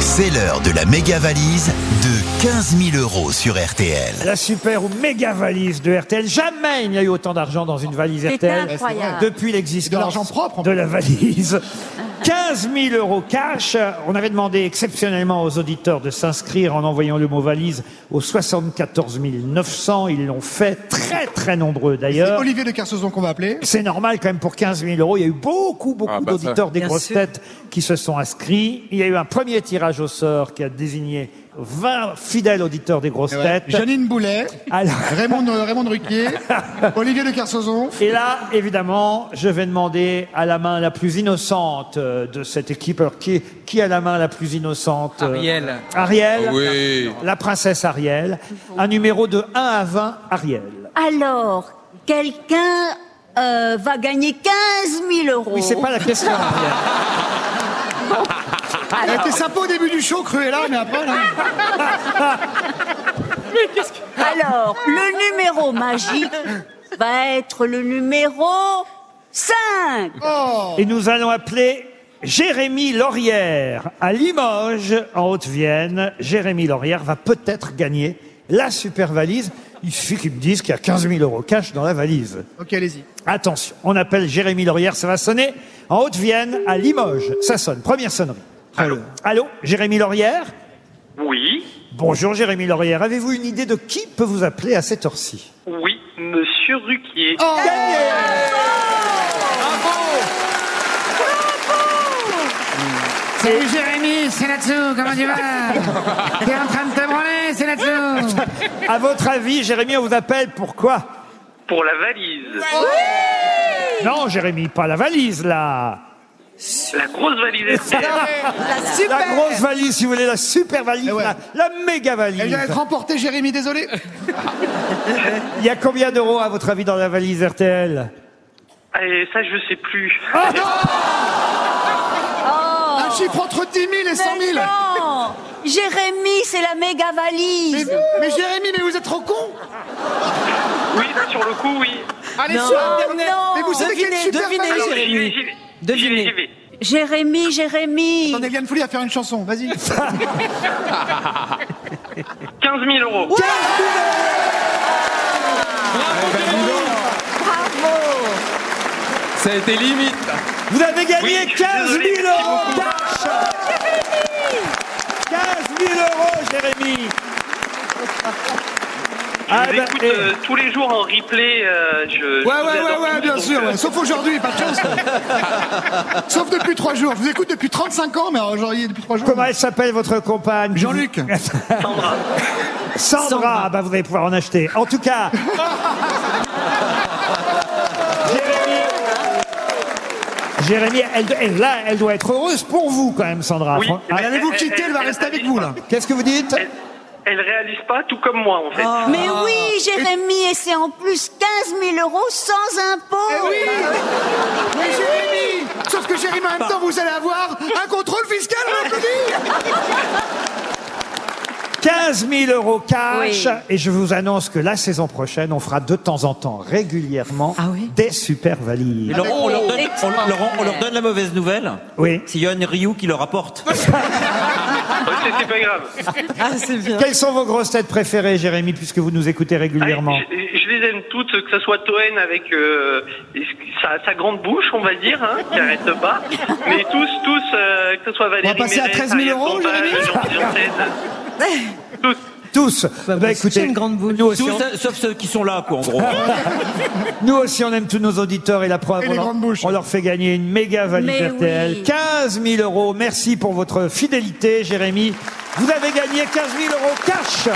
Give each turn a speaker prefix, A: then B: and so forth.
A: C'est l'heure de la méga valise de 15 000 euros sur RTL.
B: La super ou méga valise de RTL. Jamais il n'y a eu autant d'argent dans une valise
C: C'est
B: RTL
C: incroyable.
B: depuis
D: Et de l'argent
B: l'existence
D: propre, en
B: de la valise. 15 000 euros cash. On avait demandé exceptionnellement aux auditeurs de s'inscrire en envoyant le mot valise au 74 900. Ils l'ont fait très très nombreux
D: C'est
B: d'ailleurs.
D: Olivier de Kersauzon qu'on va appeler.
B: C'est normal quand même pour 15 000 euros. Il y a eu beaucoup, beaucoup
E: Ah, bah ça.
B: d'auditeurs des
C: Bien
B: grosses
C: sûr.
B: têtes qui se sont inscrits. Il y a eu un premier tirage au sort qui a désigné 20 fidèles auditeurs des grosses
D: Eh Ouais.
B: têtes.
D: Janine Boulet.
B: Alors-
D: Raymond, euh, Raymond Druquier. Olivier de Kersauzon.
B: Et là, évidemment, je vais demander à la main la plus innocente euh, de cette équipe. Alors, qui, qui a la main la plus innocente euh,
F: Ariel.
B: Ariel
E: Oui.
B: La princesse Ariel. Un numéro de 1 à 20, Ariel.
C: Alors, quelqu'un euh, va gagner 15 000 euros.
B: Oui, c'est pas la question, Ariel.
D: Elle était sympa au début du show, Cruella, mais après, là.
C: Alors, le numéro magique va être le numéro 5.
D: Oh,
B: Et nous allons appeler Jérémy Laurière à Limoges, en Haute-Vienne. Jérémy Laurière va peut-être gagner la super valise. Il suffit qu'il me dise qu'il y a 15 000 euros cash dans la valise.
D: Ok, allez-y.
B: Attention, on appelle Jérémy Laurière, ça va sonner en Haute-Vienne, à Limoges. Ça sonne, première sonnerie. Allô Allô, Jérémy Laurière
G: Oui,
B: Bonjour Jérémy Laurière, avez-vous une idée de qui peut vous appeler à cette heure-ci
G: oui, monsieur Ruquier.
H: Salut Jérémy, c'est Natsu, comment tu vas T'es en train de te branler, c'est Natsu
B: À votre avis, Jérémy, on vous appelle pourquoi
G: Pour la valise.
B: Non, Jérémy, pas la valise là
G: La grosse valise STL.
B: La grosse valise, si vous voulez, la super valise,
D: Eh ouais. Eh
B: la, la méga valise.
D: Elle vient d'être remportée, Jérémy, désolé.
B: Il y a combien d'euros, à votre avis, dans la valise RTL
G: Et ça, je sais plus.
D: Un chiffre entre 10 000 et 100 000.
C: non Jérémy, c'est la méga
D: Mais,
C: valise.
D: mais Jérémy, mais vous êtes trop con.
G: Oui, là, sur le coup, oui.
D: Allez
C: Non,
D: sur Internet.
C: non.
D: mais vous savez quelle
H: Devinez,
D: super
H: devinez,
D: famille.
G: Alors,
H: Jérémy.
G: j'y vais, j'y vais. J'y vais, j'y vais.
C: Jérémy, Jérémy.
D: Attendez, Liane Folie à faire une chanson, vas-y.
G: 15 000 euros.
E: Ça a été limite.
B: Vous avez gagné
G: Oui, je suis
B: 15 000
G: désolé, merci
B: euros cash 15 000 euros, Jérémy Ah,
G: Je vous
B: bah,
G: écoute
B: et-
G: euh, tous les jours en replay. euh, je, je
D: Ouais,
G: vous
D: ouais, ouais,
G: adore
D: ouais,
G: tous,
D: bien
G: donc,
D: sûr.
G: euh,
D: ouais. Sauf aujourd'hui, pas de chance. Sauf depuis 3 jours. Je vous écoute depuis 35 ans, mais alors aujourd'hui, depuis 3 jours.
B: Comment elle s'appelle, votre compagne
D: Jean-Luc.
G: Sandra.
B: Sandra, Ah bah, vous allez pouvoir en acheter. En tout cas... Jérémy... Jérémy, elle, elle- là, elle doit être heureuse pour vous, quand même, Sandra.
G: Oui.
B: Fran- Ah,
D: Elle allait vous quitter, elle va rester avec vous, là.
B: Qu'est-ce que vous dites
G: Elle, elle réalise pas, tout comme moi, en fait.
C: Mais
D: Ah.
C: oui, Jérémy, et c'est en plus 15 000 euros sans impôt.
D: Eh oui Mais Jérémy Sauf que Jérémy, en même temps, vous allez avoir un contrôle fiscal, on l'applaudit
B: 15 000 euros cash.
C: Oui.
B: Et je vous annonce que la saison prochaine, on fera de temps en temps, régulièrement,
F: Ah oui Ah,
B: des super valises.
F: Laurent, on leur, donne, on,
C: Extraordinaire.
F: Laurent, on leur donne la mauvaise nouvelle.
B: Oui.
F: C'est Yohan Ryu qui leur apporte.
G: Ouais, c'est- C'est pas
D: Ah.
G: grave.
B: Quelles sont vos grosses têtes préférées, Jérémy, puisque vous nous écoutez régulièrement
D: Ah,
G: Allez, je, je les aime toutes, que ce soit Toen avec euh, sa, sa grande bouche, on va dire, hein, qui arrête pas. Mais tous, tous, euh, que ce soit Valérie
D: passer à
G: Mérès,
D: 13 000
G: Ariel
D: euros,
G: Dombal,
D: Jérémy
G: Jean-Pierre Janssen. Tous.
B: Tous. Bah, écoutez, Nous aussi,
F: Tous,
B: on,
F: euh, sauf ceux qui sont là, quoi, en gros.
B: nous aussi, on aime tous nos auditeurs et la preuve,
D: Et
B: on,
D: les
B: leur,
D: grandes bouches.
B: on leur fait gagner une méga valise
C: Mais
B: RTL.
C: oui.
B: 15 000 euros. Merci pour votre fidélité, Jérémy. Vous avez gagné 15 000 euros cash.